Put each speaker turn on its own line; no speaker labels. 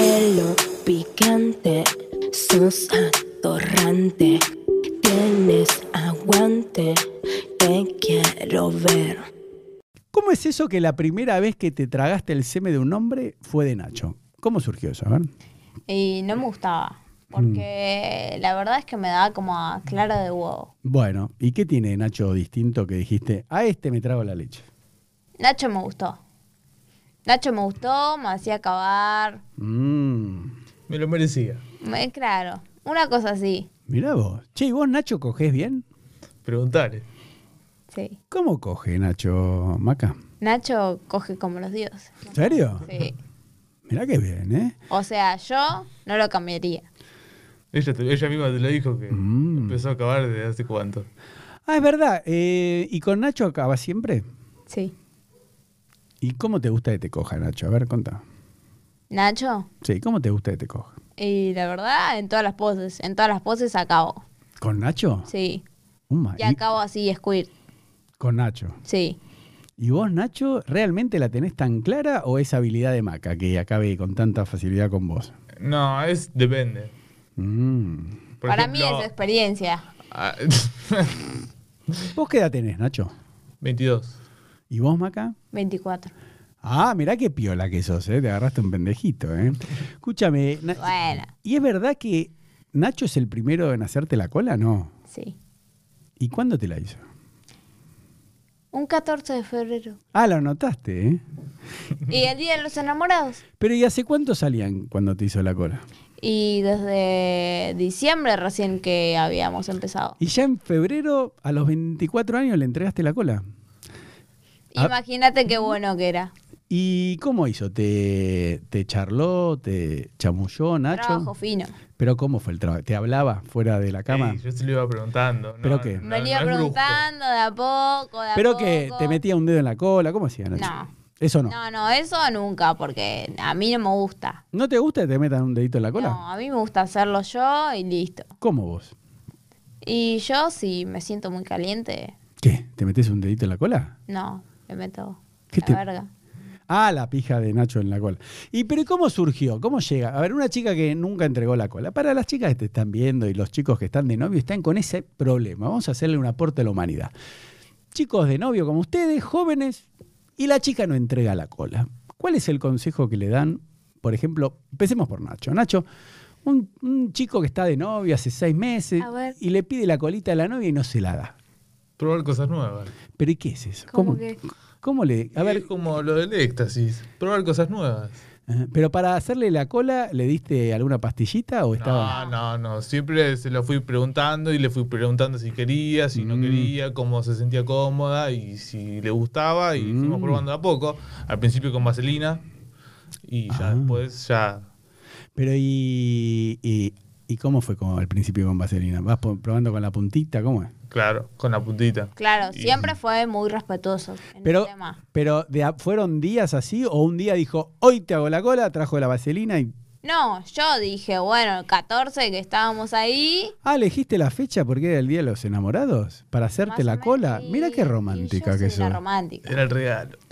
pelo picante, sos atorrante, tienes aguante, te quiero ver.
¿Cómo es eso que la primera vez que te tragaste el seme de un hombre fue de Nacho? ¿Cómo surgió eso? A ver.
Y no me gustaba. Porque la verdad es que me daba como a clara de huevo.
Bueno, ¿y qué tiene Nacho distinto que dijiste, a este me trago la leche?
Nacho me gustó. Nacho me gustó, me hacía acabar.
Mm,
Me lo merecía.
Me, claro, una cosa así.
mirá vos. Che, ¿y vos Nacho cogés bien?
Preguntale.
Sí.
¿Cómo coge Nacho Maca?
Nacho coge como los dioses.
¿En serio?
Sí.
Mirá qué bien, ¿eh?
O sea, yo no lo cambiaría.
Ella, te- ella misma te lo dijo que
Mm.
empezó a acabar desde hace cuánto.
Ah, es verdad. eh, ¿Y con Nacho acaba siempre?
Sí.
¿Y cómo te gusta que te coja, Nacho? A ver, contá.
Nacho,
Sí, ¿cómo te gusta que te coja?
y la verdad, en todas las poses, en todas las poses acabo.
¿Con Nacho?
Sí.
Uma,
Y
y-
acabo así, squirt.
Con Nacho.
Sí.
¿Y vos, Nacho, realmente la tenés tan clara o es habilidad de Maca que acabe con tanta facilidad con vos?
No, es depende.
Mm.
Por
Para
ejemplo,
mí es experiencia.
ah,
¿Vos qué edad tenés, Nacho?
22.
¿Y vos, Maca?
24.
Ah, mirá qué piola que sos, ¿eh? Te agarraste un pendejito, ¿eh? Escúchame. Na-
Bueno,
¿Y es verdad que Nacho es el primero en hacerte la cola? No.
sí.
¿Y cuándo te la hizo?
Un 14 de febrero.
Ah, lo anotaste, ¿eh?
Y el Día de los Enamorados.
Pero ¿y hace cuánto salían cuando te hizo la cola?
Y desde diciembre recién que habíamos empezado.
Y ya en febrero, a los 24 años, le entregaste la cola. Ah.
Imagínate qué bueno que era.
¿Y cómo hizo? ¿Te, te charló? ¿Te chamulló, Nacho?
Trabajo fino.
¿Pero cómo fue el trabajo? ¿Te hablaba fuera de la cama?
Ey, yo se lo iba preguntando. No,
¿Pero qué?
no-
Me lo iba
no es brusco.
preguntando de a poco, de a
¿Pero
poco.
que te metía un dedo en la cola? ¿Cómo hacía, Nacho?
No.
Eso no.
No, no, eso nunca, porque a mí no me gusta.
¿No te gusta que te metan un dedito en la cola?
No, a mí me gusta hacerlo yo y listo.
¿Cómo vos?
Y yo, si me siento muy caliente,
¿Qué? ¿Te metes un dedito en la cola?
no, me meto
¿Qué
la
te-
verga.
Ah, la pija de Nacho en la cola. ¿Y pero cómo surgió? ¿Cómo llega? A ver, una chica que nunca entregó la cola. Para las chicas que te están viendo y los chicos que están de novio están con ese problema. Vamos a hacerle un aporte a la humanidad. Chicos de novio como ustedes, jóvenes, y la chica no entrega la cola. ¿Cuál es el consejo que le dan? Por ejemplo, empecemos por Nacho. Nacho, un, un chico que está de novio hace seis meses
A ver.
y le pide la colita a la novia y no se la da.
Probar cosas nuevas.
¿Pero y qué es eso?
¿Cómo que?
cómo le.? A ver,
Es como lo del éxtasis. Probar cosas nuevas.
Ajá. Pero para hacerle la cola, ¿le diste alguna pastillita o estaba.?
No, no, no. Siempre se lo fui preguntando y le fui preguntando si quería, si no
Mm.
quería, cómo se sentía cómoda y si le gustaba. Y fuimos
Mm.
probando de a poco. Al principio con vaselina y ya
Ah.
después ya.
Pero ¿y, y, y cómo fue como al principio con vaselina? ¿Vas po- probando con la puntita? ¿Cómo es?
Claro, con la puntita.
Claro,
Y-
siempre fue muy respetuoso en
Pero,
el tema.
pero de a- ¿fueron días así o un día dijo, hoy te hago la cola, trajo la vaselina y.
No, yo dije, bueno, el 14 que estábamos ahí.
Ah, elegiste la fecha porque era el día de los enamorados para hacerte
más o
la
menos,
cola.
y-
Mira qué
y
romántica
yo
que
soy una
sos.
romántica.
Era el regalo.